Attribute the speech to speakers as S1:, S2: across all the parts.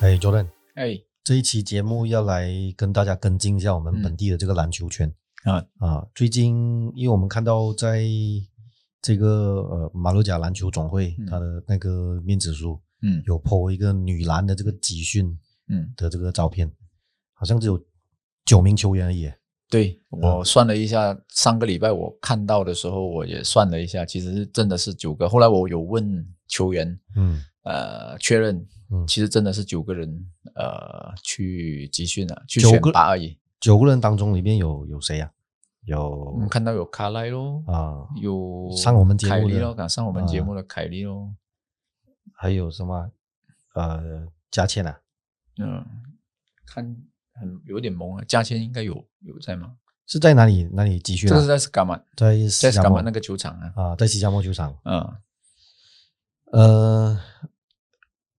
S1: 哎、j o r d a n
S2: 哎，
S1: 这一期节目要来跟大家跟进一下我们
S2: 嗯
S1: 本地的这个篮球圈、
S2: 啊
S1: 啊。最近，因为我们看到在这个呃马六甲篮球总会
S2: 嗯
S1: 它的那个面子书
S2: 嗯
S1: 有 po 一个女篮的这个集训
S2: 嗯，
S1: 的这个照片，好像只有九名球员而已。
S2: 对
S1: 嗯
S2: 我算了一下，上个礼拜我看到的时候，我也算了一下，其实是真的是九个。后来我有问球员，
S1: 嗯
S2: 呃，确认，
S1: 嗯，
S2: 其实真的是九个人，呃，去集训了，去
S1: 九
S2: 选
S1: 个
S2: 拔而已。
S1: 九个人当中里面有有谁呀、有
S2: 我们看到有卡莱咯，
S1: 啊，
S2: 有
S1: 上我们节目的
S2: 凯利咯，上我们节
S1: 啊
S2: 目的凯利咯，
S1: 还有什么呃佳倩啊，
S2: 嗯，看很有点懵啊，价钱应该有有在吗？
S1: 是在哪里哪里集训
S2: 这
S1: 啊
S2: 个是？在斯卡曼，
S1: 在
S2: 在
S1: 新
S2: 斯
S1: 加
S2: 卡
S1: 坡
S2: 曼那个球场啊，
S1: 啊，在新加坡球场。
S2: 嗯。
S1: 呃，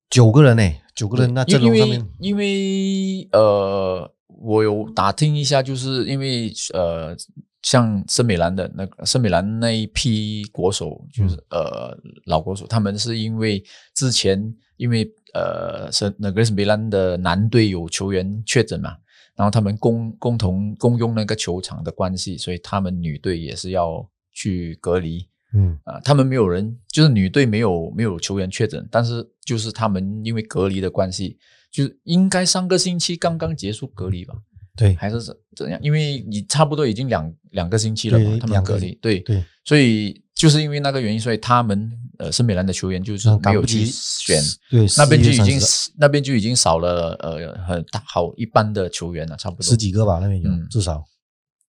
S1: 九个人呢、九个
S2: 对
S1: 人那
S2: 因
S1: 阵容
S2: 因
S1: 上
S2: 为
S1: 面，
S2: 因为呃，我有打听一下，就是因为呃，像森美兰的那个森美兰那一批国手，就是、
S1: 嗯
S2: 呃老国手，他们是因为之前因为呃是那个森美兰的男队有球员确诊嘛，然后他们共共同共用那个球场的关系，所以他们女队也是要去隔离。
S1: 嗯
S2: 啊，他们没有人，就是女队没有没有球员确诊，但是就是他们因为隔离的关系，就是应该上个星期刚刚结束隔离吧，
S1: 对
S2: 还是怎怎样？因为你差不多已经两两个星期了嘛
S1: 对，
S2: 他
S1: 两
S2: 们
S1: 个
S2: 隔离，对，
S1: 对，
S2: 所以就是因为那个原因，所以他们呃，圣美兰的球员就是
S1: 那
S2: 没
S1: 赶
S2: 有
S1: 不及
S2: 去选，
S1: 对，
S2: 那边
S1: 4
S2: 就
S1: 月
S2: 已经
S1: 30
S2: 那边就已经少了呃很大好一般的球员了，差不多
S1: 十几个吧，那边有、
S2: 嗯
S1: 至少。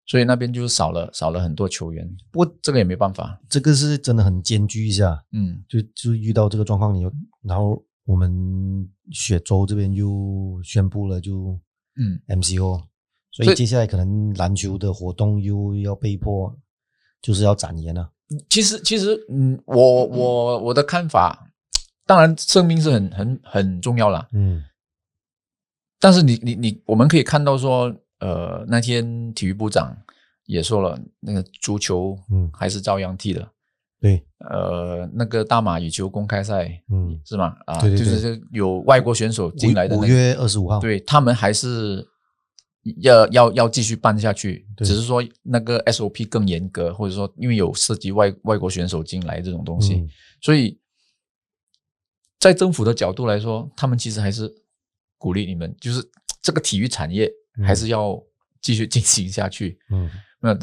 S2: 所以那边就是少了少了很多球员，
S1: 不过
S2: 这个也没办法，
S1: 这个是真的很艰巨一下，
S2: 嗯
S1: 就就遇到这个状况，你又然后我们雪州这边又宣布了就
S2: 嗯。
S1: MCO，所
S2: 所
S1: 以
S2: 以
S1: 接下来可能篮球的活动又要被迫就是要展延了。
S2: 其实，其实，嗯，我我我的看法，当然，生命是很很很重要啦。
S1: 嗯
S2: 但是你，你你我们可以看到说，呃，那天体育部长也说了，那个足球
S1: 嗯，
S2: 还是照样踢的。
S1: 对，
S2: 呃，那个大马羽球公开赛
S1: 嗯，
S2: 是吗？啊，
S1: 对对
S2: 就是这有外国选手进来的、那
S1: 五
S2: 个
S1: 五月二十五号，
S2: 对他们还是要要要继续办下去，
S1: 对
S2: 只是说那个 SOP 更严格，或者说因为有涉及外外国选手进来这种东西，
S1: 嗯
S2: 所以在政府的角度来说，他们其实还是鼓励你们，就是这个体育产业
S1: 嗯
S2: 还是要继续 进行下去。
S1: 嗯
S2: 那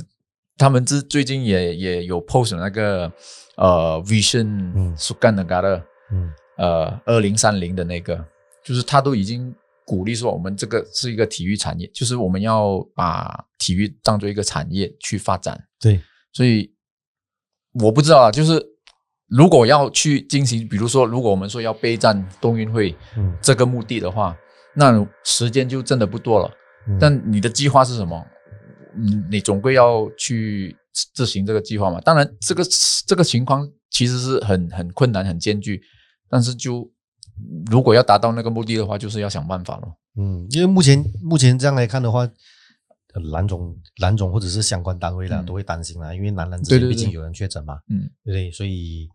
S2: 他们之最近也也有 post 了那个呃 Vision
S1: 嗯
S2: Sukan Negara，
S1: 嗯
S2: 呃二零三零的那个，就是他都已经鼓励说我们这个是一个体育产业，就是我们要把体育当做一个产业去发展。
S1: 对，
S2: 所以我不知道啊，就是如果要去进行，比如说如果我们说要备战冬运会
S1: 嗯
S2: 这个目的的话，那时间就真的不多了。
S1: 嗯
S2: 但你的计划是什么？你你总归要去执行这个计划嘛。当然，这个这个情况其实是很很困难、很艰巨，但是就如果要达到那个目的的话，就是要想办法咯。
S1: 嗯，因为目前目前这样来看的话，呃蓝总蓝总或者是相关单位啦，
S2: 嗯
S1: 都会担心啦，因为男篮之
S2: 对
S1: 前
S2: 对
S1: 毕竟
S2: 对
S1: 有人确诊嘛，
S2: 嗯
S1: 对不对？所以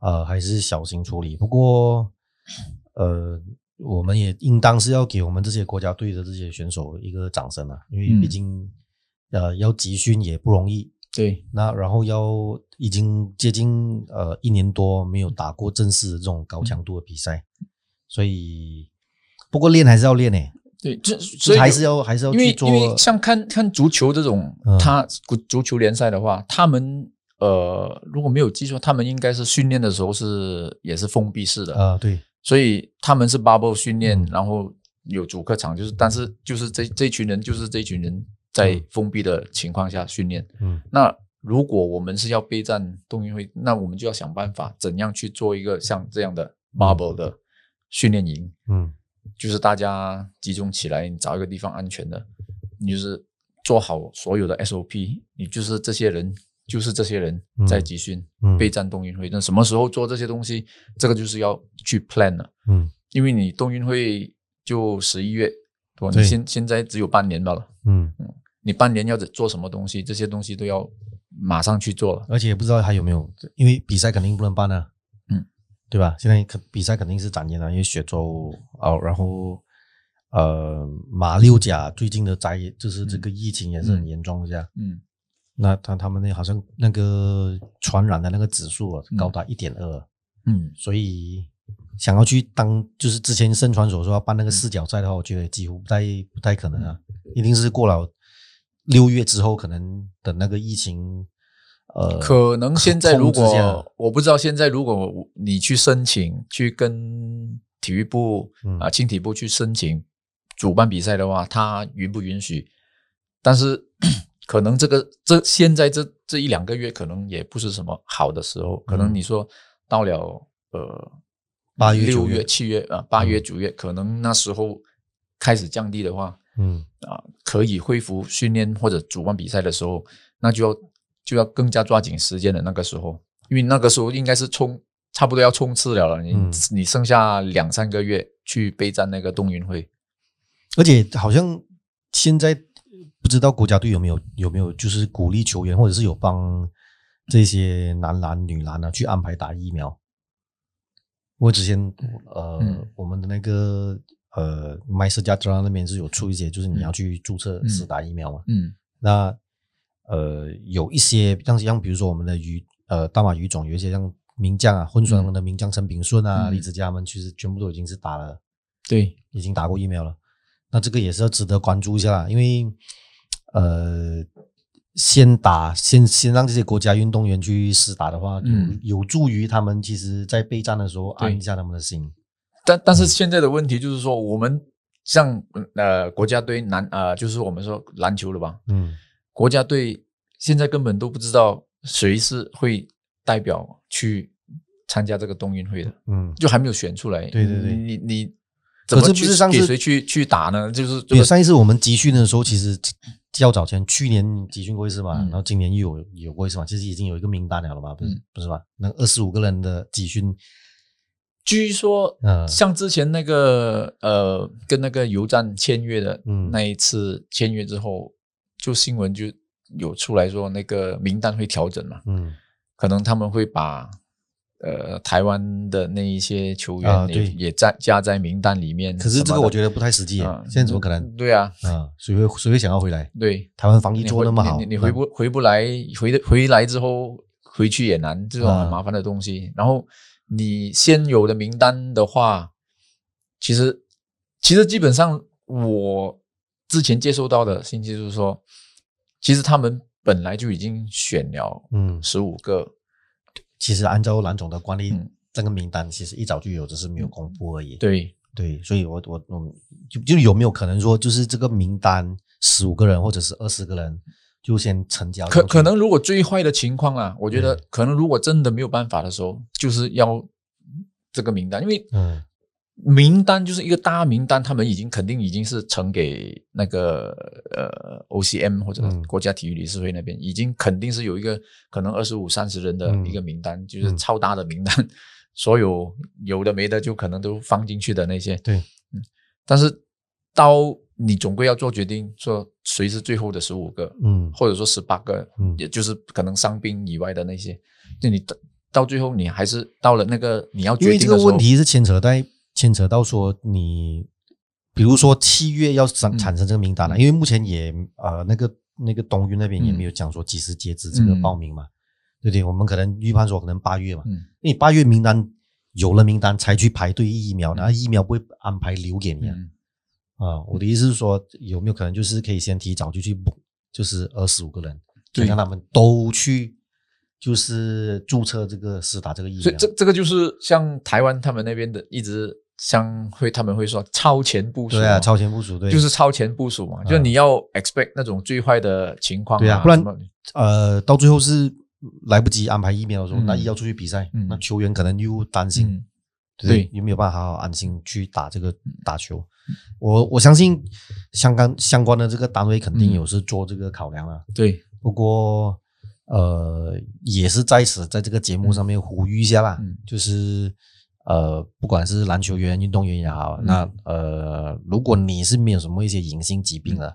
S1: 呃还是小心处理。不过呃，我们也应当是要给我们这些国家队的这些选手一个掌声啊，因为
S2: 嗯
S1: 毕竟、呃要集训也不容易，
S2: 对，
S1: 那然后要已经接近呃一年多没有打过正式的这种高强度的比赛，
S2: 嗯
S1: 所以不过练还是要练呢、
S2: 对，这所
S1: 所
S2: 以
S1: 以还是要还是要
S2: 因
S1: 去
S2: 为
S1: 做
S2: 因为像看看足球这种
S1: 嗯，
S2: 他足足球联赛的话，他们呃如果没有记错，他们应该是训练的时候是也是封闭式的，
S1: 啊、对，
S2: 所以他们是 bubble 训练，
S1: 嗯
S2: 然后有主客场，就是但是就是这这群人就是这群人在
S1: 嗯
S2: 封闭的情况下训练。
S1: 嗯
S2: 那如果我们是要备战冬运会，那我们就要想办法怎样去做一个像这样的 bubble 的训练营，
S1: 嗯
S2: 就是大家集中起来，你找一个地方安全的，你就是做好所有的 SOP，你就是这些人，就是这些人
S1: 嗯
S2: 在集训、
S1: 嗯
S2: 备战冬运会。那什么时候做这些东西，这个就是要去 plan 了。
S1: 嗯
S2: 因为你冬运会就十一月，对吧？
S1: 对
S2: 你现现在只有半年罢了，
S1: 嗯，
S2: 你半年要做什么东西，这些东西都要马上去做了。
S1: 而且也不知道还有没有，因为比赛肯定不能办啊，
S2: 嗯，
S1: 啊对吧？现在可比赛肯定是展延了，因为雪州哦，然后呃马六甲最近的灾就是这个疫情也是很严重一下，
S2: 嗯
S1: 那他他们那好像那个传染的那个指数啊高达一点二，
S2: 嗯
S1: 所以想要去当就是之前盛传所说要办那个四角赛的话，我觉得几乎不太不太可能啊，一定是过了六月之后，可能等那个疫情呃
S2: 可能现在
S1: 控
S2: 如
S1: 制下
S2: 果我不知道，现在如果你去申请，去跟体育部
S1: 嗯
S2: 啊、青体部去申请主办比赛的话，他允不允许？但是 可能这个这现在这这一两个月，可能也不是什么好的时候。可能
S1: 嗯
S2: 你说到了呃
S1: 八月嗯
S2: 六
S1: 九
S2: 月、
S1: 月
S2: 七月啊、八月、九月，可能那时候开始降低的话，
S1: 嗯
S2: 啊可以恢复训练或者主办比赛的时候，那就要就要更加抓紧时间的那个时候，因为那个时候应该是冲差不多要冲刺了了，你、
S1: 嗯
S2: 你剩下两三个月去备战那个冬运会，
S1: 而且好像现在不知道国家队有没有有没有就是鼓励球员，或者是有帮这些男篮、女篮啊去安排打疫苗。我之前呃，
S2: 嗯
S1: 我们的那个呃麦斯加德拉那边是有出一些，就是你要去注册
S2: 嗯
S1: 是打疫苗嘛。
S2: 嗯
S1: 那呃有一些像像比如说我们的鱼呃大马鱼种有一些像名将啊，混双的名将陈炳顺啊、
S2: 嗯
S1: 李子嘉他们，其实全部都已经是打了。
S2: 对，
S1: 已经打过疫苗了，那这个也是要值得关注一下啦，因为呃，先打先先让这些国家运动员去试打的话，
S2: 嗯
S1: 有有助于他们其实在备战的时候
S2: 对
S1: 安一下他们的心。
S2: 但但是现在的问题就是说，我们像呃国家队篮呃就是我们说篮球了吧，
S1: 嗯
S2: 国家队现在根本都不知道谁是会代表去参加这个冬运会的。
S1: 嗯，
S2: 就还没有选出来。
S1: 对对对
S2: 你你你怎么
S1: 可是
S2: 去
S1: 不是上次
S2: 给谁去去打呢？就是这
S1: 对，
S2: 个
S1: 上一次我们集训的时候，其实较早前去年集训过一次嘛，
S2: 嗯
S1: 然后今年又有有过一次嘛，其实已经有一个名单了了嘛，不是、
S2: 嗯
S1: 不是吧？那二十五个人的集训，
S2: 据说
S1: 嗯
S2: 像之前那个呃，跟那个油站签约的
S1: 嗯
S2: 那一次签约之后，就新闻就有出来说那个名单会调整嘛，
S1: 嗯
S2: 可能他们会把。呃，台湾的那一些球
S1: 啊
S2: 员也、
S1: 对
S2: 也在加在名单里面什么的。
S1: 可是这个我觉
S2: 得
S1: 得不太实际耶，现在怎么可能？
S2: 对啊，
S1: 啊，谁会谁会想要回来？
S2: 对，
S1: 台湾防疫
S2: 你
S1: 做
S2: 回
S1: 那么好，
S2: 你你你回不回不来，回的回来之后回去也难，这种很
S1: 啊
S2: 麻烦的东西。然后你现有的名单的话，其实其实基本上我之前接收到的信息就是说，其实他们本来就已经选了
S1: 嗯，
S2: 十五个，
S1: 其实按照蓝总的惯例，
S2: 嗯
S1: 这个名单其实一早就有，只是没有公布而已。
S2: 对，
S1: 对，所以我我我嗯就就有没有可能说，就是这个名单十五个人或者是二十个人，就先成交上去？
S2: 可可能如果最坏的情况啦，我觉得
S1: 啊嗯
S2: 可能如果真的没有办法的时候，就是要这个名单，因为
S1: 嗯
S2: 名单就是一个大名单，他们已经肯定已经是呈给那个呃 OCM 或者
S1: 嗯
S2: 国家体育理事会那边，已经肯定是有一个可能二十五三十人的
S1: 嗯
S2: 一个名单，就是
S1: 嗯
S2: 超大的名单， 所有有的没的就可能都放进去的那些。
S1: 对，
S2: 嗯，但是到你总归要做决定，说谁是最后的十五个，
S1: 嗯
S2: 或者说十八个，
S1: 嗯
S2: 也就是可能伤病以外的那些，就你到到最后你还是到了那个你要
S1: 因
S2: 决
S1: 为
S2: 定
S1: 这
S2: 的
S1: 个
S2: 时候
S1: 问题是牵扯到牵扯到说你，比如说七月要产产生这个名单了、啊
S2: 嗯
S1: 因为目前也呃那个那个东运那边也没有讲说几时截止这个
S2: 嗯
S1: 报名嘛，对不对？我们可能预判说可能八月嘛，
S2: 嗯
S1: 你八月名单有了名单才去排队疫苗，然后疫苗不会安排留给你啊。
S2: 嗯
S1: 啊我的意思是说，有没有可能就是可以先提早就去 book，就是二十五个人，
S2: 对
S1: 就让他们都去，就是注册这个施打这个疫
S2: 所以
S1: 苗。
S2: 这这个就是像台湾他们那边的，一直像会他们会说超前部署嘛，
S1: 对啊，超前部署对，
S2: 就是超前部署嘛，
S1: 嗯
S2: 就是你要 expect 那种最坏的情况、
S1: 对啊不然
S2: 什么
S1: 呃，到最后是来不及安排疫苗的时候，
S2: 嗯
S1: 那要出去比赛，
S2: 嗯
S1: 那球员可能又担心，
S2: 嗯
S1: 对不对
S2: 对嗯
S1: 又没有办法好好安心去打这个打球。我我相信相关相关的这个单位肯定
S2: 嗯
S1: 有是做这个考量了。
S2: 对，
S1: 不过呃，也是在此在这个节目上面呼吁一下啦，
S2: 嗯
S1: 就是呃，不管是篮球员、运动员也好，
S2: 嗯
S1: 那呃，如果你是没有什么一些隐性疾病的，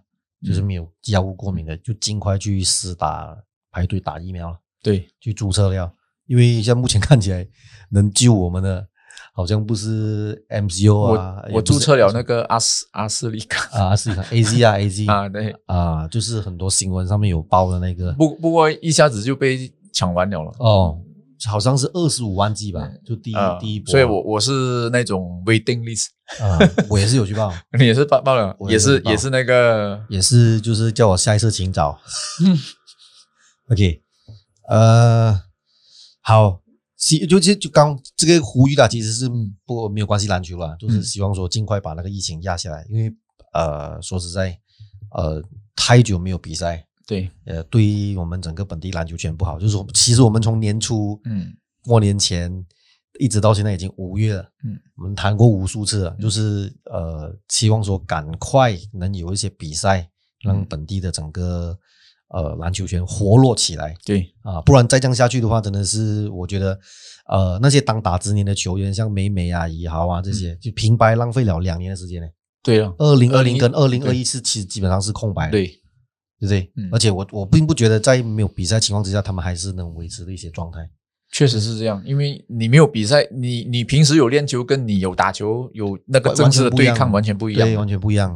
S2: 嗯
S1: 就是没有药物过敏的，就尽快去施打排队打疫苗了，
S2: 对
S1: 去注册了，因为像目前看起来能救我们的。好像不是 MCO 啊，
S2: 我我注册了那个阿斯阿斯利卡
S1: 个啊，是看 AZ 啊 AZ
S2: 啊，对，
S1: 啊，就是很多新闻上面有报的那个
S2: 不不过一下子就被抢完了了。
S1: 哦，好像是二十五万剂吧，就第一
S2: 啊
S1: 第一波。
S2: 所以我我是那种 waiting list，
S1: 啊，我也是有去报，
S2: 你也是报报了，
S1: 我也
S2: 也
S1: 是
S2: 是
S1: 报
S2: 也是那个
S1: 也是就是叫我下一次请早。OK，呃，好，希就就就刚这个呼吁啦，其实是不没有关系篮球啦，就是
S2: 嗯
S1: 希望说尽快把那个疫情压下来，因为呃说实在，呃太久没有比赛，
S2: 对，
S1: 呃对于我们整个本地篮球圈不好。就是说，其实我们从年初
S2: 嗯
S1: 过年前一直到现在已经五月了，
S2: 嗯，
S1: 我们谈过无数次了，就是呃，希望说赶快能有一些比赛，让
S2: 嗯
S1: 本地的整个呃篮球圈活络起来
S2: 对，
S1: 啊，不然再这样下去的话，真的是我觉得。呃，那些当打之年的球员，像美美啊、以豪啊这些，就平白浪费了两年的时间呢。
S2: 对了，
S1: 二零二零
S2: 2020
S1: 跟二零二一是其实基本上是空白的，
S2: 对，
S1: 对不对？
S2: 嗯
S1: 而且我我并不觉得在没有比赛情况之下，他们还是能维持的一些状态。
S2: 确实是这样，因为你没有比赛，你你平时有练球，跟你有打球有那个
S1: 完
S2: 政治
S1: 完全
S2: 的
S1: 不一
S2: 对
S1: 样
S2: 抗完全不一
S1: 对，完
S2: 样。
S1: 全不一样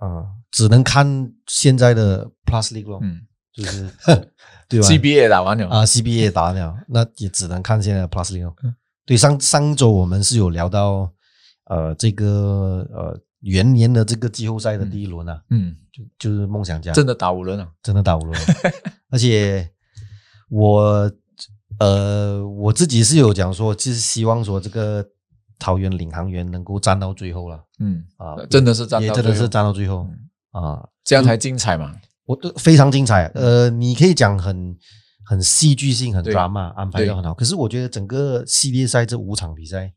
S1: 啊、只能看现在的 Plus League 咯，
S2: 嗯
S1: 就是 对吧
S2: ，CBA 也打完了，
S1: 啊，CBA 也打了，那也只能看现在的 Plus League 咯
S2: 嗯。
S1: 对，上上周我们是有聊到呃这个呃元年的这个季后赛的第一轮啊，
S2: 嗯，
S1: 就就是梦想家
S2: 真的打五轮了，
S1: 真的打 五轮，而且我呃我自己是有讲说，就是希望说这个桃园领航员能够站到最后了
S2: 嗯，
S1: 啊，
S2: 真的是站
S1: 也
S2: 到
S1: 真的
S2: 最后
S1: 是站到最后
S2: 嗯
S1: 啊，
S2: 这样才精彩嘛。
S1: 我都非常精彩。呃，你可以讲很很戏剧性，很
S2: 对
S1: drama 安排的很好。可是我觉得整个系列赛这五场比赛，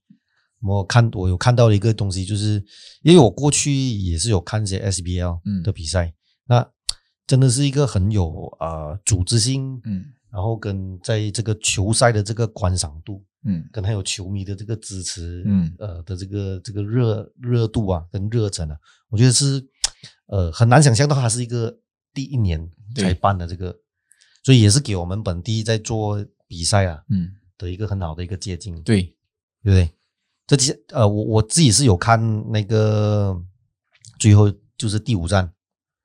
S1: 我看我有看到的一个东西，就是因为我过去也是有看一些 SBL
S2: 嗯
S1: 的比赛，那真的是一个很有呃组织性，
S2: 嗯
S1: 然后跟在这个球赛的这个观赏度，
S2: 嗯
S1: 跟还有球迷的这个支持，
S2: 嗯
S1: 呃的这个这个热热度啊，跟热忱啊，我觉得是呃很难想象到它是一个第一年
S2: 对
S1: 才办的这个，所以也是给我们本地在做比赛啊
S2: 嗯，
S1: 的一个很好的一个借鉴，对
S2: 对，
S1: 不对？这其实呃，我我自己是有看那个最后就是第五站，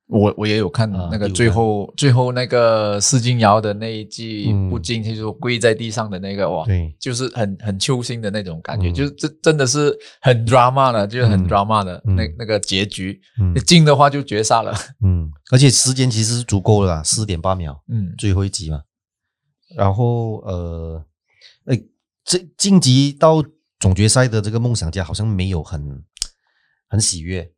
S2: 我我也有看
S1: 啊
S2: 那个
S1: 第五
S2: 最
S1: 站
S2: 后、最后那个施金瑶的那一季
S1: 嗯
S2: 不进，就是跪在地上的那个哇，
S1: 对
S2: 就是很很揪心的那种感觉，
S1: 嗯
S2: 就是这真的是很 drama 的，就是
S1: 嗯
S2: 很 drama 的、那
S1: 嗯
S2: 那个结局，
S1: 嗯
S2: 你进的话就绝杀了，
S1: 嗯，而且时间其实是足够了啦，四点八秒，
S2: 嗯
S1: 最后一集嘛。然后呃，哎，这晋级到总决赛的这个梦想家好像没有很很喜悦。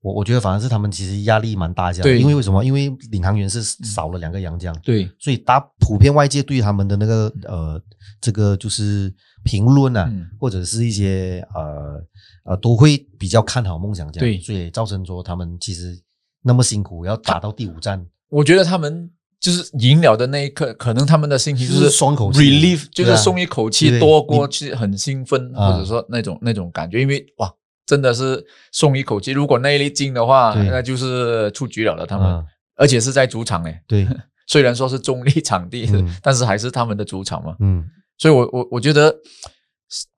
S1: 我我觉得反而是他们其实压力蛮大一下的，
S2: 对嗯
S1: 因为为什么？因为领航员是少了两个洋将，
S2: 对，
S1: 所以大普遍外界对他们的那个呃这个就是评论啊，
S2: 嗯
S1: 或者是一些呃呃都会比较看好梦想家，
S2: 对
S1: 所以造成说他们其实那么辛苦要打到第五站，
S2: 我觉得他们。就是赢了的那一刻，可能他们的心情就
S1: 就是是松口气
S2: relief，
S1: 对
S2: 就是
S1: 啊
S2: 松一口
S1: 对
S2: 气，多
S1: 你
S2: 过去很兴奋，
S1: 啊
S2: 或者说那种那种感觉，因为哇，真的是松一口气。如果那一粒进的话，
S1: 对
S2: 那就是出局了的他们。
S1: 嗯
S2: 而且是在主场诶，
S1: 对，
S2: 虽然说是中立场地，
S1: 嗯
S2: 但是还是他们的主场嘛。
S1: 嗯
S2: 所以我，我我觉得，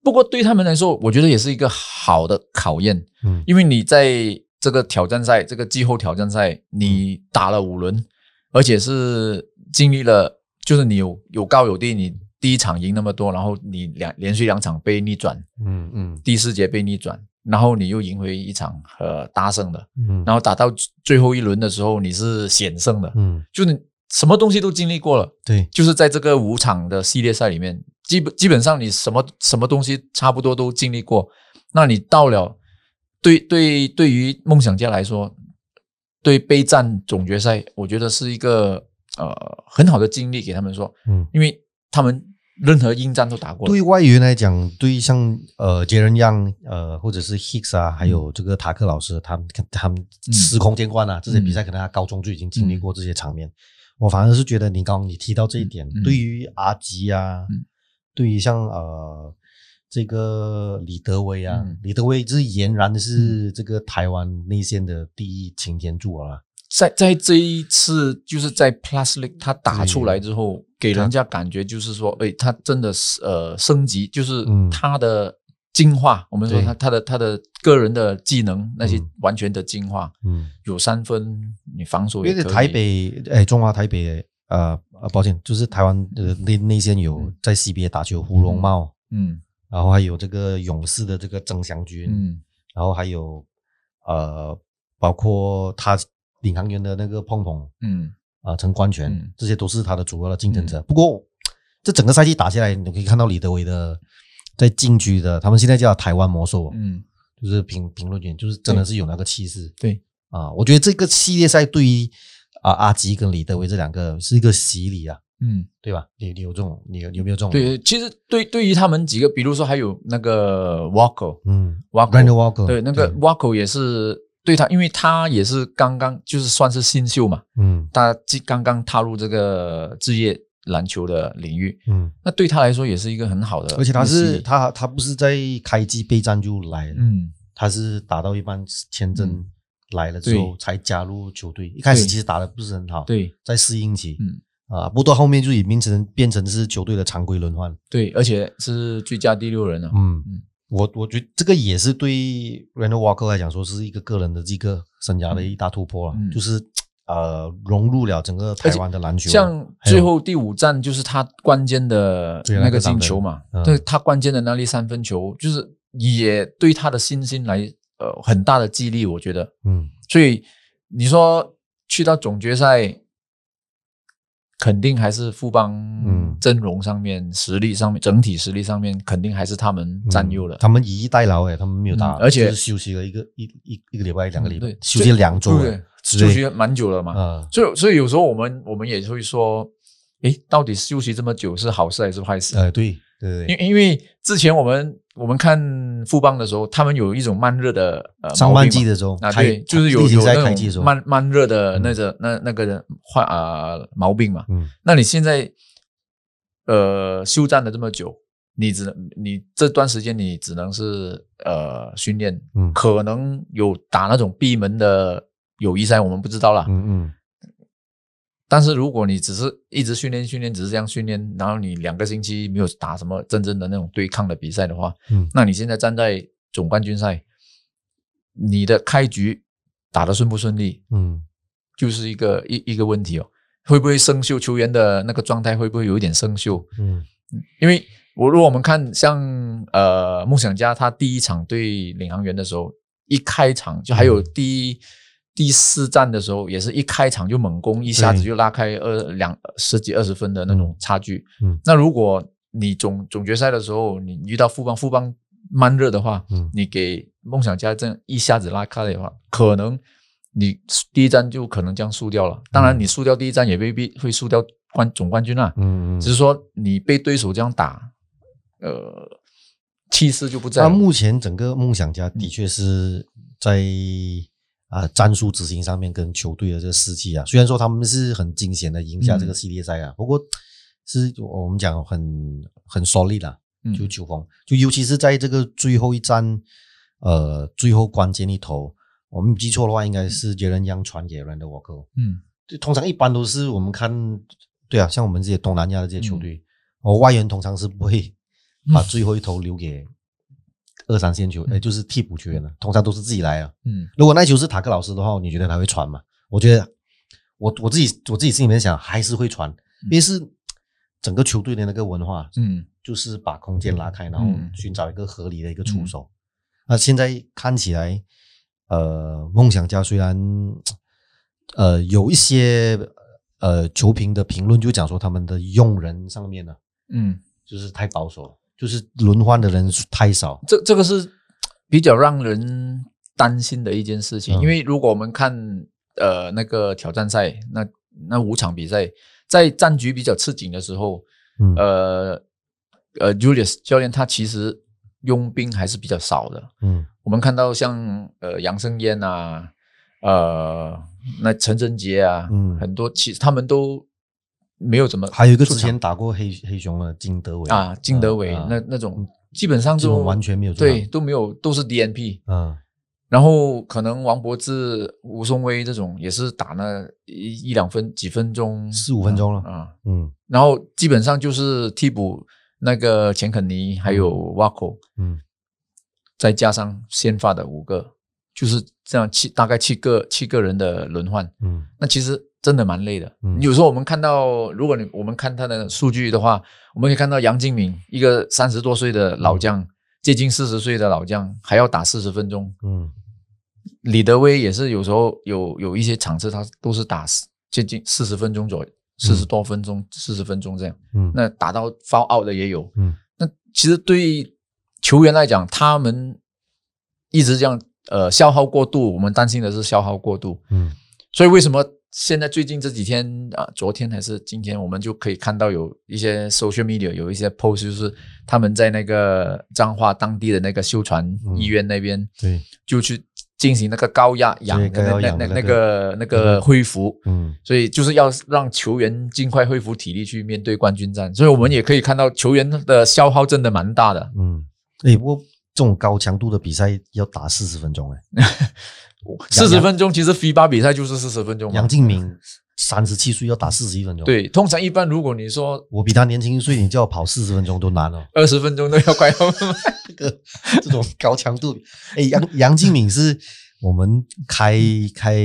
S2: 不过对他们来说，我觉得也是一个好的考验，
S1: 嗯
S2: 因为你在这个挑战赛、这个季后挑战赛，你打了五轮，而且是经历了，就是你有有高有低，你第一场赢那么多，然后你两连续两场被逆转，
S1: 嗯嗯
S2: 第四节被逆转，然后你又赢回一场呃大胜的，
S1: 嗯，
S2: 然后打到最后一轮的时候，你是险胜的，
S1: 嗯，
S2: 就是你什么东西都经历过了，
S1: 对，
S2: 就是在这个五场的系列赛里面，基本基本上你什么什么东西差不多都经历过。那你到了对对对于梦想家来说，对备战总决赛，我觉得是一个呃很好的经历给他们说，
S1: 嗯，
S2: 因为他们任何应战都打过了。
S1: 对外援来讲，对像呃杰伦样呃或者是 Hicks 啊，还有这个塔克老师，他们他们司空见惯啊，这些比赛可能他高中就已经经历过这些场面。我反而是觉得你刚刚你提到这一点，
S2: 嗯
S1: 对于阿吉啊，
S2: 嗯
S1: 对于像呃这个李德威啊，
S2: 嗯
S1: 李德威这俨然是这个台湾内线的第一擎天柱啊。
S2: 在在这一次就是在 Plastic 他打出
S1: 嗯
S2: 来之后，给人家感觉就是说，哎，他真的是呃升级，就是
S1: 嗯
S2: 他的进化，我们说他
S1: 对
S2: 他的他的个人的技能那些
S1: 嗯
S2: 完全的进化，
S1: 嗯，
S2: 有三分，你防守也
S1: 因为
S2: 可以。
S1: 台北，哎，中华台北，呃，呃抱歉，就是台湾的内内线有
S2: 嗯
S1: 在 CBA 打球，胡荣茂，
S2: 嗯
S1: 然后还有这个勇士的这个曾祥军，
S2: 嗯
S1: 然后还有呃，包括他领航员的那个碰碰
S2: 嗯
S1: 啊、陈冠泉，
S2: 嗯
S1: 这些都是他的主要的竞争者。不过这整个赛季打下来，你可以看到李德伟的在禁区的，他们现在叫台湾魔兽哦，
S2: 嗯，
S1: 就是评评论员，就是真的是有那个气势
S2: 对，
S1: 啊。我觉得这个系列赛对于啊阿吉跟李德伟这两个是一个洗礼啊，
S2: 嗯
S1: 对吧？你你有这种，你有你有没有这种？，
S2: 对，其实对对于他们几个，比如说还有那个 Walker，Walker，、
S1: 嗯 r a n d a l Walker
S2: 哦对那个 Walker 也是对他，因为他也是刚刚就是算是新秀嘛，
S1: 嗯
S2: 他即刚刚踏入这个职业篮球的领域，
S1: 嗯，
S2: 那对他来说也是一个很好的，
S1: 而且他是，他他不是在开机备战就来了，
S2: 嗯
S1: 他是打到一半签证
S2: 嗯
S1: 来了之后
S2: 对
S1: 才加入球队，一开始
S2: 对
S1: 其实打的不是很好，
S2: 对
S1: 在适应期，
S2: 嗯
S1: 啊，不过到后面就已经成变成是球队的常规轮换，
S2: 对，而且是最佳第六人啊，
S1: 嗯
S2: 嗯
S1: 我我觉得这个也是对 r a n d a l Walker 来讲说是一个个人的这个生涯的一大突破了，
S2: 嗯
S1: 就是呃融入了整个台湾的篮球，
S2: 像
S1: 还有
S2: 最后第五站就是他关键的
S1: 对啊那
S2: 那个
S1: 个三
S2: 进
S1: 分
S2: 球嘛，
S1: 嗯
S2: 对他关键的那粒三分球，就是也对他的信心来呃很大的激励，我觉得。
S1: 嗯
S2: 所以你说去到总决赛，肯定还是富邦
S1: 嗯
S2: 阵容上面、实力上面、整体实力上面，肯定还是他们占优了
S1: 嗯。他们以逸待劳哎，他们没有打，
S2: 嗯而且嗯
S1: 就是休息了一个一一一个礼拜两个礼拜，
S2: 对
S1: 休息了两周
S2: 对
S1: 哎，之
S2: 休
S1: 类
S2: 息蛮久了嘛。
S1: 啊，
S2: 所以，所以有时候我们我们也会说，诶，到底休息这么久是好事还是坏事？
S1: 呃对对对
S2: 因因为之前我们我们看富邦的时候，他们有一种慢热的呃
S1: 对，上半季
S2: 毛病
S1: 的时候
S2: 嘛啊，
S1: 开
S2: 对，就是有
S1: 例行
S2: 有
S1: 赛
S2: 那
S1: 开季的时
S2: 种
S1: 候，
S2: 慢慢热的那个、那那个坏啊、毛病嘛。
S1: 嗯
S2: 那你现在呃休战了这么久，你只能你这段时间你只能是呃训练，
S1: 嗯
S2: 可能有打那种闭门的友谊赛，我们不知道啦。
S1: 嗯嗯
S2: 但是如果你只是一直训练训练，只是这样训练，然后你两个星期没有打什么真正的那种对抗的比赛的话，
S1: 嗯
S2: 那你现在站在总冠军赛，你的开局打得顺不顺利，
S1: 嗯
S2: 就是一个一一个问题哦。会不会生锈？球员的那个状态会不会有一点生锈？
S1: 嗯
S2: 因为我如果我们看像呃梦想家，他第一场对领航员的时候，一开场就还
S1: 嗯
S2: 有第一、第四战的时候，也是一开场就猛攻，一下子就拉开二两十几二十分的那种差距。
S1: 嗯
S2: 那如果你总总决赛的时候，你遇到富邦，富邦慢热的话，
S1: 嗯
S2: 你给梦想家这样一下子拉开的话，可能你第一站就可能这样输掉了。当然，你输掉第一站也未必会输掉冠总冠军啊。
S1: 嗯嗯
S2: 只。是说你被对手这样打，呃，气势就不在
S1: 那
S2: 了。
S1: 啊目前整个梦想家的确是在啊、战术执行上面跟球队的这个士气啊，虽然说他们是很惊险的赢下
S2: 嗯
S1: 这个系列赛啊，不过是我们讲很很 solid 啦，
S2: 嗯
S1: 就球风，就尤其是在这个最后一战，呃，最后关键一头，我们记错的话应该是杰伦央传给 r a n d a l Walker，
S2: 嗯
S1: 就通常一般都是我们看，对啊，像我们这些东南亚的这些球队，哦，外援通常是不会把最后一头留给二三线球，呃、就是替补球员的，通常都是自己来啊。
S2: 嗯
S1: 如果那球是塔克老师的话，你觉得他会传吗？我觉得我我自己我自己心里面想还是会传，因为是整个球队的那个文化，
S2: 嗯
S1: 就是把空间拉开，然后
S2: 嗯
S1: 寻找一个合理的一个出手。那、现在看起来，呃，梦想家虽然呃有一些呃球评的评论就讲说他们的用人上面呢，
S2: 嗯，
S1: 就是太保守了，就是轮换的人数太少。
S2: 这这个是比较让人担心的一件事情，
S1: 嗯
S2: 因为如果我们看呃那个挑战赛，那那五场比赛，在战局比较吃紧的时候，
S1: 嗯
S2: 呃呃，Julius 教练他其实佣兵还是比较少的，
S1: 嗯
S2: 我们看到像呃杨胜燕啊，呃那陈振杰啊，
S1: 嗯
S2: 很多其实他们都没有怎么
S1: 还有一个之前打过黑黑熊的金德伟
S2: 啊金德伟、
S1: 啊
S2: 那那种基本上
S1: 这
S2: 就
S1: 种完全没有出
S2: 对
S1: 场。
S2: 都没有都是 DNP，
S1: 嗯
S2: 然后可能王柏志、吴松威这种也是打那一一两分几分钟
S1: 四五分钟了
S2: 啊啊，
S1: 嗯
S2: 然后基本上就是替补那个钱肯尼还有 Waco，
S1: 嗯
S2: 再加上先发的五个，就是这样七大概七个七个人的轮换，
S1: 嗯
S2: 那其实真的蛮累的。
S1: 嗯
S2: 有时候我们看到，如果你我们看他的数据的话，我们可以看到杨敬敏一个三十多岁的老将，接近四十岁的老将，还要打四十分钟。
S1: 嗯
S2: 李德威也是有时候有有一些场次，他都是打40接近四十分钟左右，四十多分钟、四十分钟这样。
S1: 嗯
S2: 那打到 foul out 的也有。
S1: 嗯
S2: 那其实对球员来讲，他们一直这样呃消耗过度，我们担心的是消耗过度。
S1: 嗯
S2: 所以为什么现在最近这几天啊，昨天还是今天，我们就可以看到有一些 social media 有一些 post，就是他们在那个彰化当地的那个秀传
S1: 嗯
S2: 医院那边，
S1: 对，
S2: 就去进行那个高压氧
S1: 对
S2: 的
S1: 高压
S2: 那
S1: 氧
S2: 那
S1: 的
S2: 那
S1: 那
S2: 那个那个恢复。
S1: 嗯
S2: 所以就是要让球员尽快恢复体力去面对冠军战，所以我们也可以看到球员的消耗真的蛮大的。
S1: 嗯，哎，不过这种高强度的比赛要打四十分钟哎，
S2: 四十分钟，其实 FIBA 比赛就是四十分钟嘛
S1: 杨。敬敏三十七岁要打四十一分钟，，
S2: 对，通常一般如果你说
S1: 我比他年轻一岁，你叫我跑四十分钟都 难哦。
S2: 二十分钟都要快要
S1: 这个这种高强度。哎，杨杨敬敏是我们开开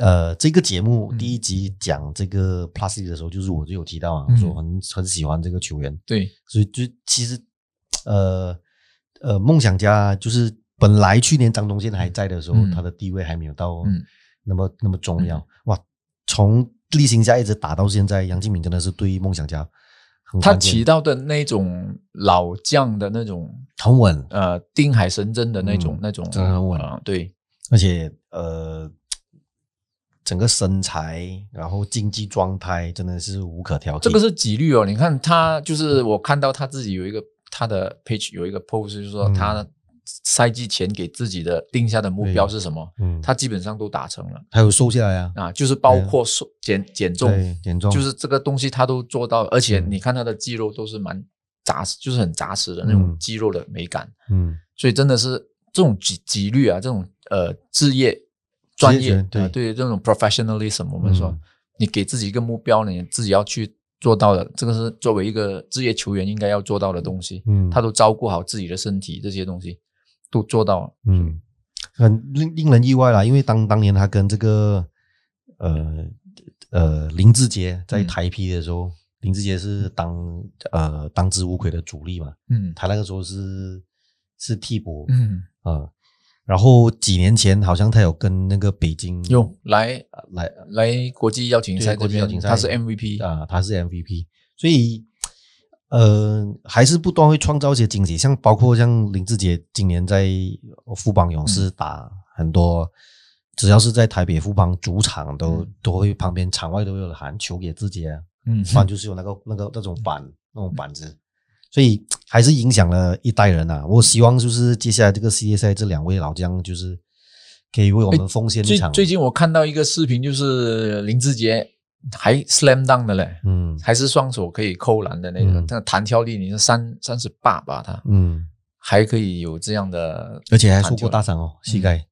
S1: 呃这个节目
S2: 嗯
S1: 第一集讲这个 Plus 的时候，就是我就有提到啊，
S2: 嗯
S1: 我说很很喜欢这个球员，
S2: 对，
S1: 所以就其实呃呃梦想家就是本来去年张东宪还在的时候，
S2: 嗯
S1: 他的地位还没有到
S2: 嗯
S1: 那么、那么重要、哇，从例行赛一直打到现在，杨敬敏真的是对梦想家 很
S2: 他
S1: 关键
S2: 起到的那种老将的那种
S1: 很稳，
S2: 呃定海神针的那种、
S1: 嗯
S2: 那种，
S1: 真的很稳
S2: 啊对，
S1: 而且呃，整个身材，然后竞技状态真的是无可挑剔。
S2: 这个是几率哦。你看他就是我看到他自己有一个他的 page 有一个 post，就是说
S1: 嗯
S2: 他赛季前给自己的定下的目标是什么，
S1: 嗯，
S2: 他基本上都达成了
S1: 他有瘦下来啊，
S2: 啊，就是包括瘦减减重，
S1: 对，减重
S2: 就是这个东西他都做到了，而且
S1: 嗯
S2: 你看他的肌肉都是蛮扎实，就是很扎实的那种
S1: 嗯
S2: 肌肉的美感。
S1: 嗯
S2: 所以真的是这种纪纪律啊，这种呃职业专业
S1: 权对
S2: 呃对这种 professionalism，我们说、
S1: 嗯
S2: 你给自己一个目标，你自己要去做到的，这个是作为一个职业球员应该要做到的东西。
S1: 嗯，
S2: 他都照顾好自己的身体，这些东西都做到了。
S1: 嗯，很令令人意外啦，因为当当年他跟这个呃呃林志杰在
S2: 嗯
S1: 台批的时候，林志杰是当呃当之无愧的主力嘛，
S2: 嗯
S1: 他那个时候是是替补
S2: 嗯，
S1: 啊、呃然后几年前好像他有跟那个北京
S2: 有来
S1: 呃来
S2: 来国际邀请赛
S1: 对国
S2: 这
S1: 际邀
S2: 边
S1: 请，赛
S2: 他是 MVP，、
S1: 啊，他是 MVP，所以呃，还是不断会创造一些惊喜，像包括像林志杰今年在富邦勇士
S2: 嗯
S1: 打很多，只要是在台北富邦主场都、
S2: 嗯
S1: 都会旁边场外都有喊球给自己啊，
S2: 嗯
S1: 不然就是有那个那个那种板那种板子，所以还是影响了一代人啊。我希望就是接下来这个系列赛这两位老将就是可以为我们奉献一
S2: 哎最
S1: 场，
S2: 最近我看到一个视频，就是林志杰还 slam dunk 的嘞，
S1: 嗯
S2: 还是双手可以扣篮的那种，
S1: 嗯
S2: 那、弹跳力你是三三十八吧，他
S1: 嗯。
S2: 还可以有这样的，
S1: 而且还受过大伤哦，膝盖，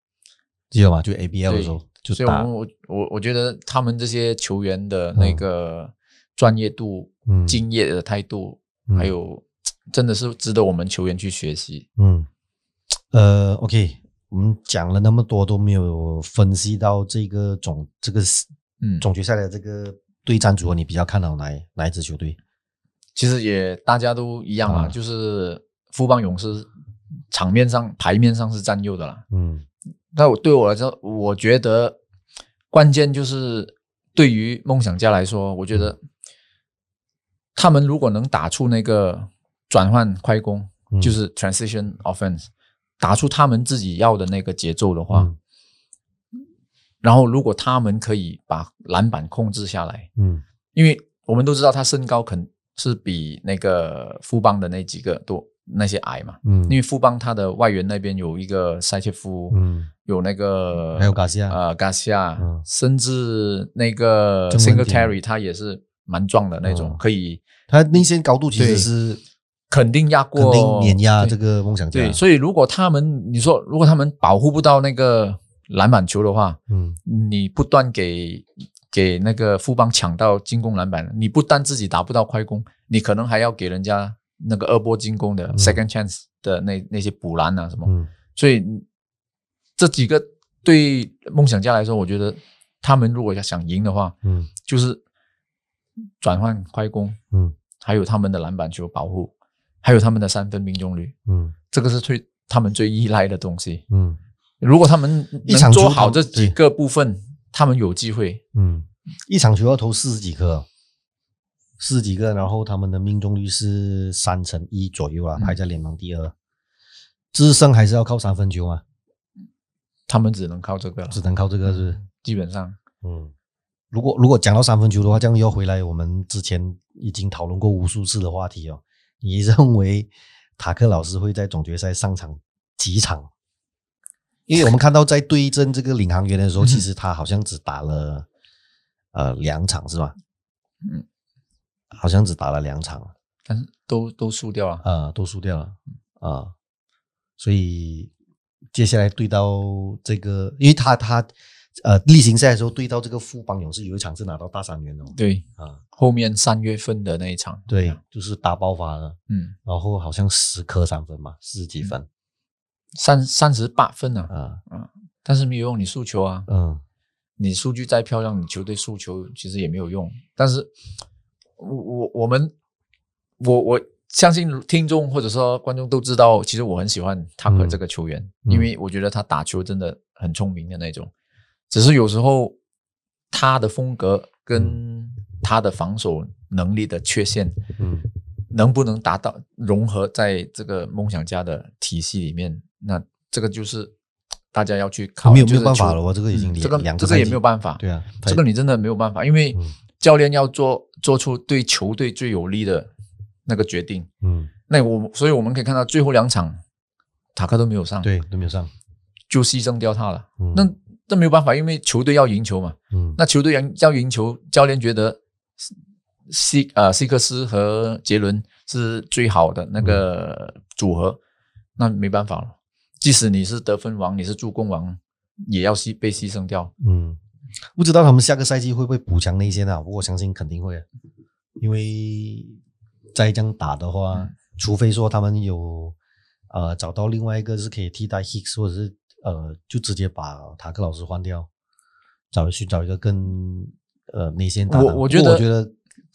S1: 记得吗？就 ABL 的时候就
S2: 所以我
S1: 打
S2: 们，我我我觉得他们这些球员的那个专业度、
S1: 嗯
S2: 敬业的态度，
S1: 嗯
S2: 还有真的是值得我们球员去学习。
S1: 嗯，呃，OK，我们讲了那么多都没有分析到这个总这个
S2: 嗯，
S1: 总决赛的这个对战组合，你比较看好哪一哪一支球队？
S2: 其实也大家都一样嘛，
S1: 啊
S2: 就是富邦勇士场面上牌面上是占优的啦，
S1: 嗯
S2: 那我对我来说，我觉得关键就是对于梦想家来说，我觉得他们如果能打出那个转换快攻，
S1: 嗯
S2: 就是 transition offense，打出他们自己要的那个节奏的话，
S1: 嗯
S2: 然后如果他们可以把篮板控制下来，
S1: 嗯
S2: 因为我们都知道他身高肯是比那个富邦的那几个多那些矮嘛，
S1: 嗯，
S2: 因为富邦他的外援那边有一个塞切夫，
S1: 嗯
S2: 有那个
S1: 还有卡西亚，
S2: 呃 g a c i a
S1: 嗯
S2: 甚至那个
S1: 郑文鼎
S2: Singletary 他也是蛮壮的那种，
S1: 嗯
S2: 可以
S1: 他内线高度其实是
S2: 肯定压
S1: 肯
S2: 过，
S1: 定碾压
S2: 对
S1: 这个啊梦想家，
S2: 对，所以如果他们你说如果他们保护不到那个篮板球的话，
S1: 嗯
S2: 你不断给给那个富邦抢到进攻篮板，你不但自己打不到快攻，你可能还要给人家那个二波进攻的、second chance 的那那些补篮啊什么，
S1: 嗯
S2: 所以这几个对梦想家来说，我觉得他们如果要想赢的话，
S1: 嗯
S2: 就是转换快攻，
S1: 嗯
S2: 还有他们的篮板球保护，还有他们的三分命中率，
S1: 嗯
S2: 这个是最他们最依赖的东西。
S1: 嗯
S2: 如果他们
S1: 一场
S2: 能
S1: 球
S2: 做
S1: 他
S2: 好这几个部分，他们有机会。
S1: 嗯，一场球要投四十几颗，啊四十几个，然后他们的命中率是三成一左右啊，
S2: 嗯
S1: 排在联盟第二。制胜还是要靠三分球嘛，
S2: 他们只能靠这个了，
S1: 只能靠这个是不是？
S2: 基本上
S1: 嗯，如果如果讲到三分球的话，这样又要回来我们之前已经讨论过无数次的话题哦。你认为塔克老师会在总决赛上场几场？因为我们看到在对阵这个领航员的时候，
S2: 嗯
S1: 其实他好像只打了呃两场是吧？
S2: 嗯，
S1: 好像只打了两场，
S2: 但是都都输掉了。
S1: 呃，都输掉了啊、所以接下来对到这个，因为他他呃例行赛的时候对到这个富邦勇士有一场是拿到大三元哦，
S2: 对，
S1: 啊，
S2: 后面三月份的那一场，
S1: 对，就是大爆发了，
S2: 嗯，
S1: 然后好像十颗三分嘛，四十几分
S2: 三三十八分啊，
S1: 啊，
S2: 但是没有用你输球啊，
S1: 嗯
S2: 你数据再漂亮，你球队输球其实也没有用。但是，我我我们我我相信听众或者说观众都知道，其实我很喜欢塔克
S1: 嗯
S2: 这个球员，
S1: 嗯
S2: 因为我觉得他打球真的很聪明的那种。只是有时候他的风格跟他的防守能力的缺陷，
S1: 嗯
S2: 能不能达到融合在这个梦想家的体系里面，那这个就是大家要去考，
S1: 没有
S2: 就
S1: 没
S2: 是
S1: 有办法
S2: 球
S1: 了，我这个已经
S2: 嗯
S1: 两
S2: 这个
S1: 两
S2: 这
S1: 赛
S2: 个也
S1: 季
S2: 没有办法，
S1: 对啊，他
S2: 这个你真的没有办法，因为
S1: 嗯
S2: 教练要做做出对球队最有利的那个决定。
S1: 嗯
S2: 那我所以我们可以看到最后两场塔克都没有上，，
S1: 对都没有上，
S2: 就牺牲掉他了。
S1: 嗯
S2: 那这没有办法，因为球队要赢球嘛。
S1: 嗯
S2: 那球队要要赢球，教练觉得西呃西克斯和杰伦是最好的
S1: 嗯
S2: 那个组合，那没办法了。即使你是得分王，你是助攻王，也要牺被牺牲掉。
S1: 嗯，不知道他们下个赛季会不会补强内线啊？不过我相信肯定会啊，因为再这样打的话，
S2: 嗯
S1: 除非说他们有呃找到另外一个是可以替代 Hicks，或者是呃就直接把塔克老师换掉，找寻找一个更呃内线打
S2: 我
S1: 的。
S2: 我
S1: 不过
S2: 觉得
S1: 我觉得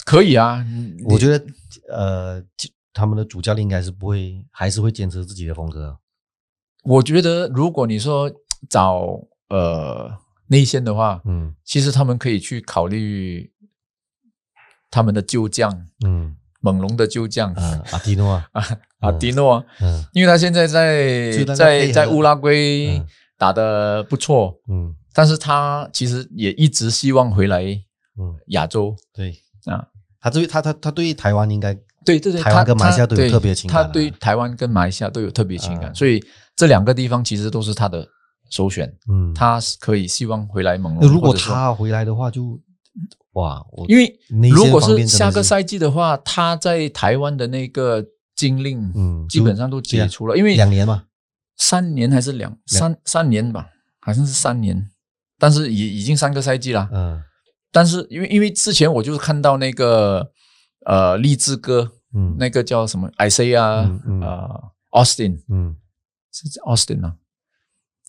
S2: 可以啊，你
S1: 我觉得呃就他们的主教练应该是不会，还是会坚持自己的风格。啊
S2: 我觉得如果你说找呃内线的话，
S1: 嗯
S2: 其实他们可以去考虑他们的旧将
S1: 嗯
S2: 猛龙的旧将
S1: 呃，阿蒂诺啊，
S2: 啊阿迪诺啊，
S1: 嗯
S2: 因为他现在在
S1: 就那个配
S2: 在
S1: 合
S2: 在乌拉圭
S1: 嗯
S2: 打得不错，
S1: 嗯
S2: 但是他其实也一直希望回来
S1: 嗯，
S2: 亚洲
S1: 对。
S2: 啊。
S1: 他对他他他对台湾应该
S2: 对对对，
S1: 台湾
S2: 他
S1: 跟马来西亚
S2: 他
S1: 都有
S2: 对
S1: 特别情感
S2: 他
S1: 啊
S2: 对台湾跟马来西亚都有特别情
S1: 啊
S2: 感，所以这两个地方其实都是他的首选。
S1: 嗯，
S2: 他是可以希望回来猛
S1: 那
S2: 龙。
S1: 如
S2: 或
S1: 果
S2: 者说
S1: 他回来的话就，哇，我
S2: 因为
S1: 内
S2: 如
S1: 线
S2: 果
S1: 方面
S2: 是
S1: 真的
S2: 下个
S1: 是
S2: 赛季的话，他在台湾的那个禁令，
S1: 嗯
S2: 基本上都解除了，因
S1: 就
S2: 为
S1: 两年嘛，
S2: 三年还是两三三年吧，好像是三年，但是已已经三个赛季了。
S1: 嗯
S2: 但是因为因为之前我就是看到那个呃励志哥，
S1: 嗯
S2: 那个叫什么 I C 啊
S1: 嗯，嗯
S2: 呃 Austin
S1: 嗯
S2: 是 Austin 吗？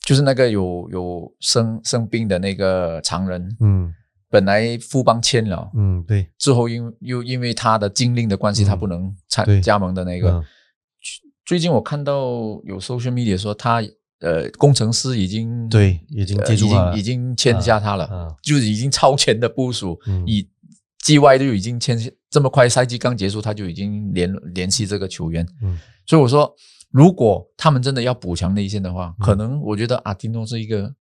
S2: 就是那个有有生生病的那个常人，
S1: 嗯
S2: 本来富邦签了，
S1: 嗯，对，
S2: 之后因又因为他的禁令的关系，
S1: 嗯
S2: 他不能
S1: 对嗯
S2: 参加盟的那
S1: 那
S2: 个。最近我看到有 social media 说他呃工程师已经
S1: 对已经
S2: 呃
S1: 接
S2: 已
S1: 触了
S2: 经已经签下他了，
S1: 嗯
S2: 就是已经超前的部署，
S1: 嗯
S2: 呃以季外就已经签下，这么快赛季刚结束他就已经联联系这个球员，
S1: 嗯
S2: 所以我说如果他们真的要补强内线的话，
S1: 嗯
S2: 可能我觉得阿蒂诺是一个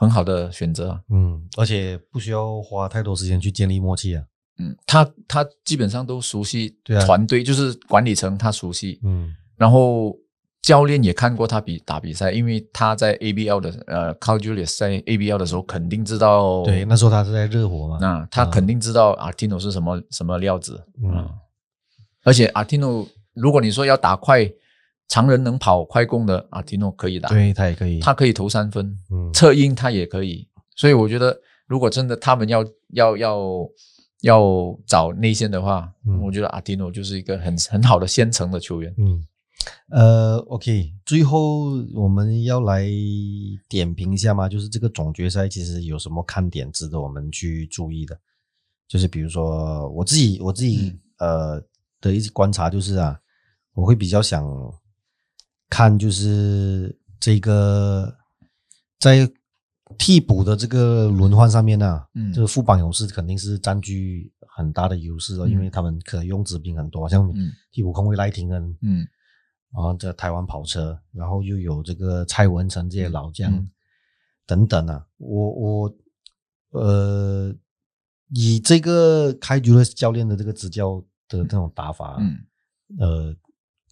S2: 很好的选择啊。
S1: 嗯，而且不需要花太多时间去建立默契啊，
S2: 嗯，他他基本上都熟悉
S1: 对啊
S2: 团队，就是管理层他熟悉，
S1: 嗯
S2: 然后教练也看过他比打比赛，因为他在 ABL 的呃 Carl Julius 在 ABL 的时候肯定知道，
S1: 对，那时候他是在热火嘛，
S2: 那他肯定知道 Artino 是什么什么料子
S1: 嗯
S2: 啊、而且 Artino 如果你说要打快，常人能跑快攻的 Artino 可以打，
S1: 对他也可以，
S2: 他可以投三分，
S1: 嗯
S2: 策应他也可以，所以我觉得如果真的他们要要要要找内线的话，
S1: 嗯
S2: 我觉得阿迪诺就是一个很很好的先成的球员。
S1: 嗯，呃，OK，最后我们要来点评一下吗？就是这个总决赛其实有什么看点值得我们去注意的？就是比如说我自己我自
S2: 嗯
S1: 己、呃的一些观察就是啊，我会比较想看就是这个在替补的这个轮换上面呢、啊
S2: 嗯
S1: 这个副帮勇士肯定是占据很大的优势的，哦因为
S2: 嗯
S1: 他们可用之兵很多，像
S2: 嗯
S1: 替补控卫赖廷恩，
S2: 嗯
S1: 然后这台湾跑车，然后又有这个蔡文成这些老将、
S2: 嗯
S1: 等等啊，我我呃，以这个开局的教练的这个执教的这种打法，
S2: 嗯
S1: 呃，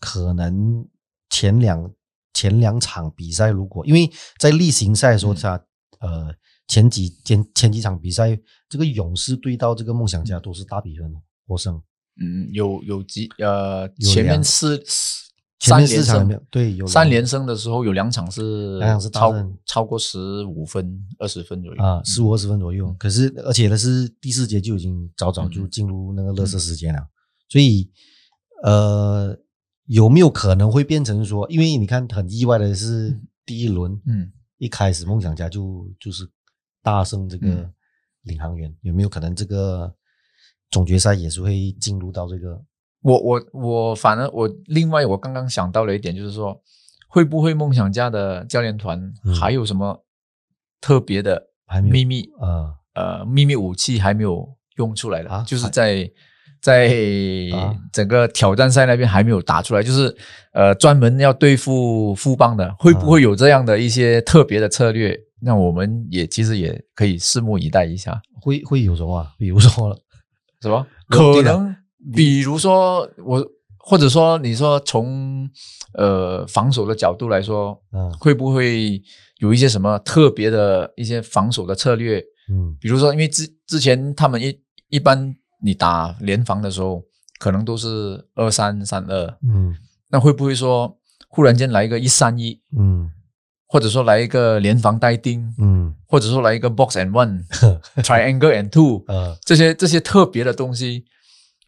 S1: 可能前两前两场比赛，如果因为在例行赛的时候，
S2: 嗯
S1: 他、呃前几前前几场比赛，这个勇士对到这个梦想家都是大比分获胜，
S2: 嗯，有有几呃
S1: 有
S2: 前面
S1: 两
S2: 四四
S1: 前
S2: 三
S1: 面四
S2: 连
S1: 场
S2: 胜
S1: 没有对有
S2: 三
S1: 两
S2: 连胜的时候有两场是
S1: 两场是大
S2: 超
S1: 胜
S2: 超过十五分二十分左右
S1: 啊，
S2: 嗯
S1: 十五二十分左右。可是而且呢是第四节就已经早早
S2: 嗯
S1: 就进入那个热射时间了，所以呃有没有可能会变成说，因为你看很意外的是第一轮
S2: 嗯
S1: 一开始梦想家就就是大胜这个
S2: 嗯
S1: 领航员，有没有可能这个总决赛也是会进入到这个
S2: 我我我，反正我另外我刚刚想到了一点，就是说，会不会梦想家的教练团
S1: 嗯
S2: 还有什么特别的
S1: 还没
S2: 秘
S1: 有
S2: 密
S1: 啊
S2: 呃秘密武器还没有用出来的，
S1: 啊
S2: 就是
S1: 还
S2: 在在
S1: 啊
S2: 整个挑战赛那边还没有打出来，就是呃专门要对付富邦的，会
S1: 啊
S2: 不会有这样的一些特别的策略？那我们也其实也可以拭目以待一下，
S1: 会会有什么啊？比如 说
S2: 是吧？
S1: 有
S2: 可
S1: 对的
S2: 能比如说我，或者说你说从呃防守的角度来说，
S1: 嗯
S2: 会不会有一些什么特别的一些防守的策略？
S1: 嗯
S2: 比如说，因为之之前他们一一般你打联防的时候，可能都是二三三二，
S1: 嗯
S2: 那会不会说忽然间来一个一三一，
S1: 嗯
S2: 或者说来一个联防带钉，
S1: 嗯
S2: 或者说来一个 box and one，triangle and two，
S1: 呃
S2: 这些这些特别的东西，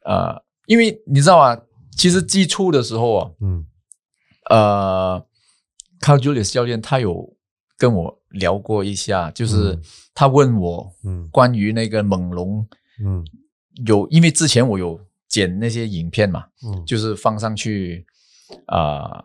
S2: 呃，因为你知道啊，其实季初的时候啊，
S1: 嗯
S2: 呃 c a r l Julius 教练他有跟我聊过一下，就是
S1: 嗯
S2: 他问我
S1: 嗯
S2: 关于那个猛龙
S1: 嗯
S2: 有，因为之前我有剪那些影片嘛，
S1: 嗯
S2: 就是放上去，呃，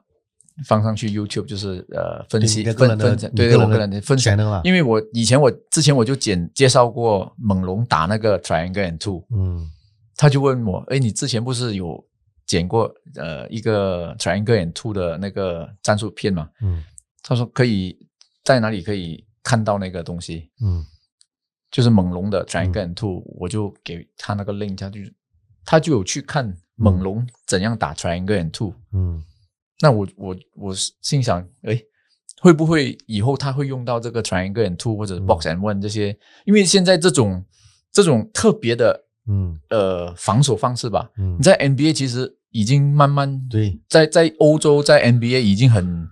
S2: 放上去 YouTube，就是呃分
S1: 对
S2: 析
S1: 你的个
S2: 分
S1: 人的
S2: 分，对
S1: 你
S2: 对，
S1: 个
S2: 我
S1: 人
S2: 个
S1: 的
S2: 人的分享
S1: 全能啊
S2: 因为我以前我之前我就简介绍过猛龙打那个 Triangle and Two，
S1: 嗯
S2: 他就问我，哎，你之前不是有剪过呃一个 Triangle and Two 的那个战术片吗？
S1: 嗯
S2: 他说可以在哪里可以看到那个东西，
S1: 嗯
S2: 就是猛龙的 Triangle and Two，、我就给他那个 link，他就他就有去看猛龙怎样打 Triangle and Two。
S1: 嗯
S2: 那我我我心想，哎，会不会以后他会用到这个 Triangle and Two 或者
S1: 嗯
S2: Box and One 这些？因为现在这种这种特别的
S1: 嗯
S2: 呃防守方式吧，
S1: 嗯
S2: 你，在 NBA 其实已经慢慢
S1: 对
S2: 在在欧洲在 NBA 已经很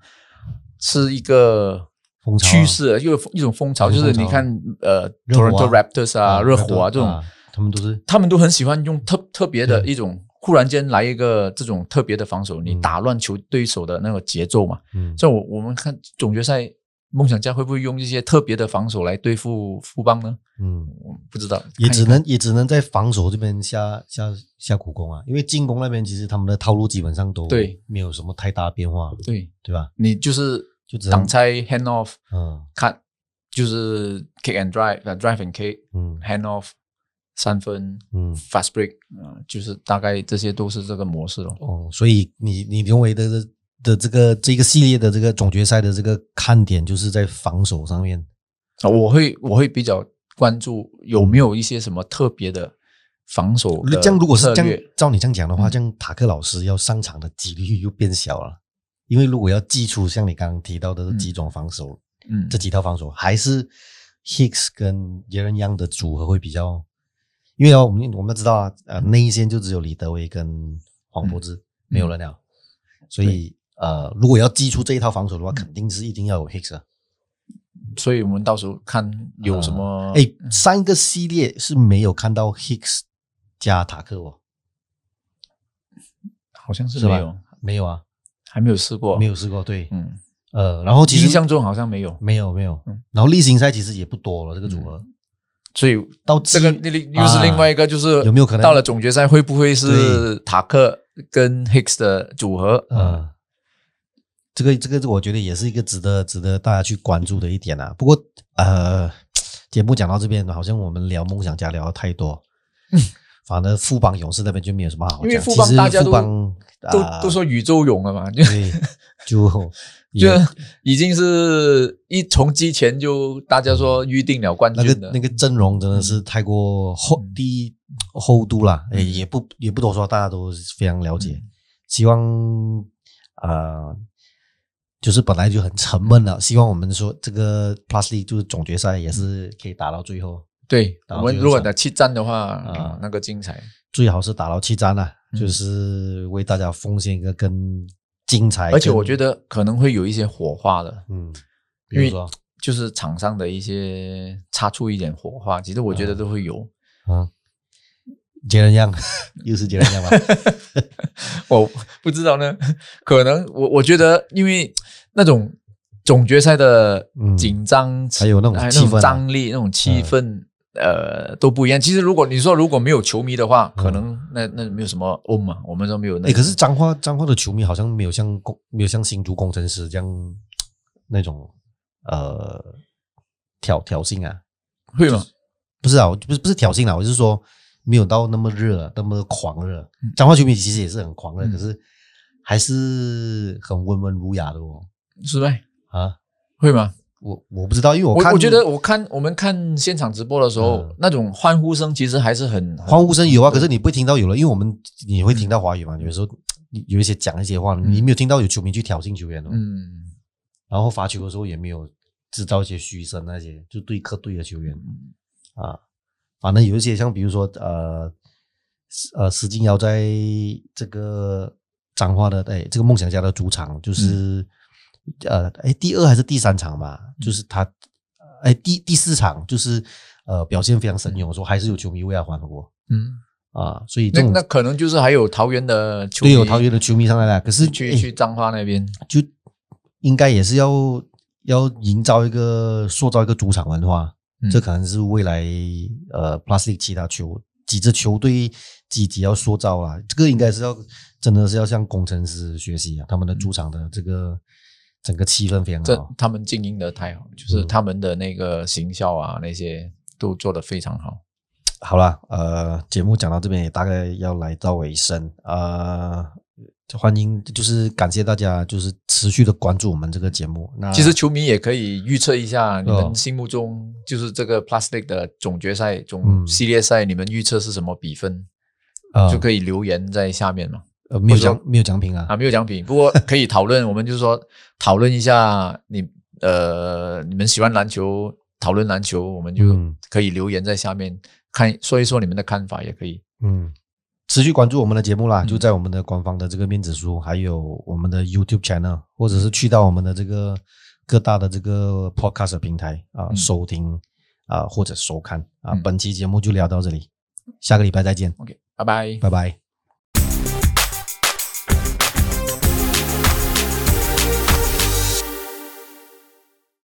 S2: 是一个
S1: 风潮啊
S2: 趋势了，又有一种风潮，
S1: 一
S2: 就
S1: 种
S2: 是
S1: 风潮
S2: 你看呃
S1: 热火啊
S2: Toronto Raptors 啊、热火啊
S1: 那
S2: 这种
S1: 啊，他们都是
S2: 他们都很喜欢用特特别的
S1: 对
S2: 一种，忽然间来一个这种特别的防守，你
S1: 嗯
S2: 打乱球对手的那个节奏嘛。
S1: 嗯
S2: 所以，我我们看总决赛，梦想家会不会用一些特别的防守来对付富邦呢？
S1: 嗯，
S2: 我不知道，
S1: 也
S2: 看一
S1: 只
S2: 看
S1: 能也只能在防守这边下下下苦功啊，因为进攻那边其实他们的套路基本上都
S2: 对
S1: 没有什么太大变化，
S2: 对
S1: 对吧？
S2: 你就是
S1: 就只能
S2: 挡拆 hand off，
S1: 嗯
S2: 看就是 kick and drive，呃 drive and kick。
S1: 嗯
S2: hand off 三分
S1: 嗯
S2: fast break，呃，就是大概这些都是这个模式咯。
S1: 哦，所以你你认为的这的这个这个系列的这个总决赛的这个看点就是在防守上面，
S2: 啊我会我会比较关注有没有一些什么特别的防守的
S1: 这样如果是
S2: 策
S1: 这
S2: 略
S1: 样，照你这样讲的话，
S2: 嗯
S1: 这样塔克老师要上场的几率又变小了，因为如果要祭出像你刚刚提到的这几种防守。
S2: 嗯
S1: 这，几套防守，还是 Hicks 跟杰伦杨的组合会比较，因为啊，我们我们都知道啊，呃，内线就只有李德威跟黄柏
S2: 嗯
S1: 芝，没有人了，所以呃，如果要祭出这一套防守的话，肯定是一定要有 Hicks 啊。
S2: 所以我们到时候看有什么
S1: 啊
S2: 哦嗯
S1: 哎，上一个系列是没有看到 Hicks 加塔克哦，
S2: 好像是
S1: 是
S2: 没
S1: 吧
S2: 有，？
S1: 没有啊，
S2: 还没有试过，
S1: 没有试过。对，
S2: 嗯，
S1: 呃，然后其
S2: 印
S1: 实
S2: 象中好像没有，
S1: 没有没有
S2: 嗯，
S1: 然后例行赛其实也不多了，这个组合
S2: 所以
S1: 到
S2: 这个
S1: 季啊
S2: 那里又是另外一个，就是
S1: 有没有可能
S2: 到了总决赛会不会是塔克跟 Hicks 的组合？嗯，
S1: 呃，这个这个我觉得也是一个值得值得大家去关注的一点啊。不过呃，节目讲到这边，好像我们聊梦想家聊的太多， 反而富邦勇士那边就没有什么好讲。
S2: 嗯因为富
S1: 其
S2: 邦
S1: 实
S2: 大家
S1: 富
S2: 都
S1: 邦啊
S2: 都都说宇宙勇了嘛，就
S1: 对，就
S2: 就
S1: 也
S2: 已经是一从之前就大家说预定了冠
S1: 那
S2: 军
S1: 个
S2: 的
S1: 那个阵容真的是太过厚
S2: 嗯
S1: 低厚度啦，
S2: 嗯
S1: 诶也不也不多说，大家都非常了解。希望呃，就是本来就很沉闷了，希望我们说这个 Plus League 就是总决赛
S2: 嗯
S1: 也是可以打到最后，
S2: 对，
S1: 打
S2: 我
S1: 到
S2: 们
S1: 最后
S2: 如果
S1: 场
S2: 打七战的话，
S1: 啊
S2: 啊，那个精彩。
S1: 最好是打到七战啊，
S2: 嗯
S1: 就是为大家奉献一个更精彩。
S2: 而且我觉
S1: 得，
S2: 得可能会有一些火花的，
S1: 嗯，比
S2: 因
S1: 如
S2: 为
S1: 说，
S2: 就是场上的一些擦出一点火花，其实我觉
S1: 啊
S2: 得都会有。
S1: 嗯，杰伦样 又是杰伦样吧？
S2: 我不知道呢，可能我我觉得，因为那种总决赛的
S1: 嗯
S2: 紧张，
S1: 还有那种气氛啊
S2: 张力、那种气氛，呃，都不一样。其实如果你说如果没有球迷的话，
S1: 嗯
S2: 可能那那没有什么 on 嘛，我们都没有那。
S1: 哎、可是彰化彰化的球迷好像没有像工没有像新竹工程师这样那种呃挑挑衅啊，
S2: 会吗？
S1: 不是啊，我不是不是挑衅啦，我是说没有到那么热、啊那么狂热
S2: 嗯。
S1: 彰化球迷其实也是很狂热，
S2: 嗯
S1: 可是还是很温文儒雅的哦。
S2: 是呗？
S1: 啊，
S2: 会吗？
S1: 我我不知道，因为我
S2: 我
S1: 看
S2: 我觉得我看我们看现场直播的时候，
S1: 嗯
S2: 那种欢呼声其实还是很
S1: 欢呼声有啊，
S2: 嗯
S1: 可是你不会听到有了，因为我们你会听到华语嘛，有时候有一些讲一些话，你没有听到有球迷去挑衅球员哦。
S2: 嗯。
S1: 然后罚球的时候也没有制造一些嘘声那些，就对客队的球
S2: 嗯
S1: 员啊，反正有一些像比如说呃石呃石敬尧在这个彰化的哎这个梦想家的主场就是、
S2: 嗯
S1: 呃哎第二还是第三场吧，就是他哎第第四场就是呃表现非常神勇的时候，还是有球迷为他欢呼
S2: 嗯，
S1: 啊，所以这
S2: 那
S1: 种
S2: 那可能就是还有桃园的球
S1: 队
S2: 迷
S1: 友桃园的球迷上来了，可是
S2: 去
S1: 哎
S2: 去彰化那边，
S1: 就应该也是要要营造一个塑造一个主场文化，
S2: 嗯
S1: 这可能是未来呃 Plastic 其他球几支球队积极要塑造啊，这个应该是要真的是要向工程师学习啊，他们的主场的这个整个气氛非常
S2: 嗯这
S1: 好，
S2: 他们经营的太好，就是
S1: 哦嗯
S2: 他们的那个行销啊那些都做得非常好。
S1: 好啦，呃，节目讲到这边也大概要来到尾声呃，欢迎，就是感谢大家，就是持续的关注我们这个节目。那
S2: 其实球迷也可以预测一下，
S1: 嗯
S2: 你
S1: 哦
S2: 们心目中就是这个 Plastic 的总决赛、
S1: 嗯
S2: 总系列赛，你们预测是什么比分，
S1: 呃
S2: 就可以留言在下面嘛。
S1: 呃没有
S2: 或者说
S1: 奖没有奖品啊
S2: 啊，，没有奖品，不过可以讨论，我们就是说讨论一下你呃，你们喜欢篮球，讨论篮球，我们就
S1: 嗯
S2: 可以留言在下面看，说一说你们的看法也可以。
S1: 嗯，持续关注我们的节目啦，
S2: 嗯
S1: 就在我们的官方的这个面子书，还有我们的 YouTube channel，或者是去到我们的这个各大的这个 podcast 的平台啊、
S2: 嗯
S1: 收听啊、或者收看啊。
S2: 嗯
S1: 本期节目就聊到这里，下个礼拜再见，
S2: OK，拜拜。
S1: 拜拜。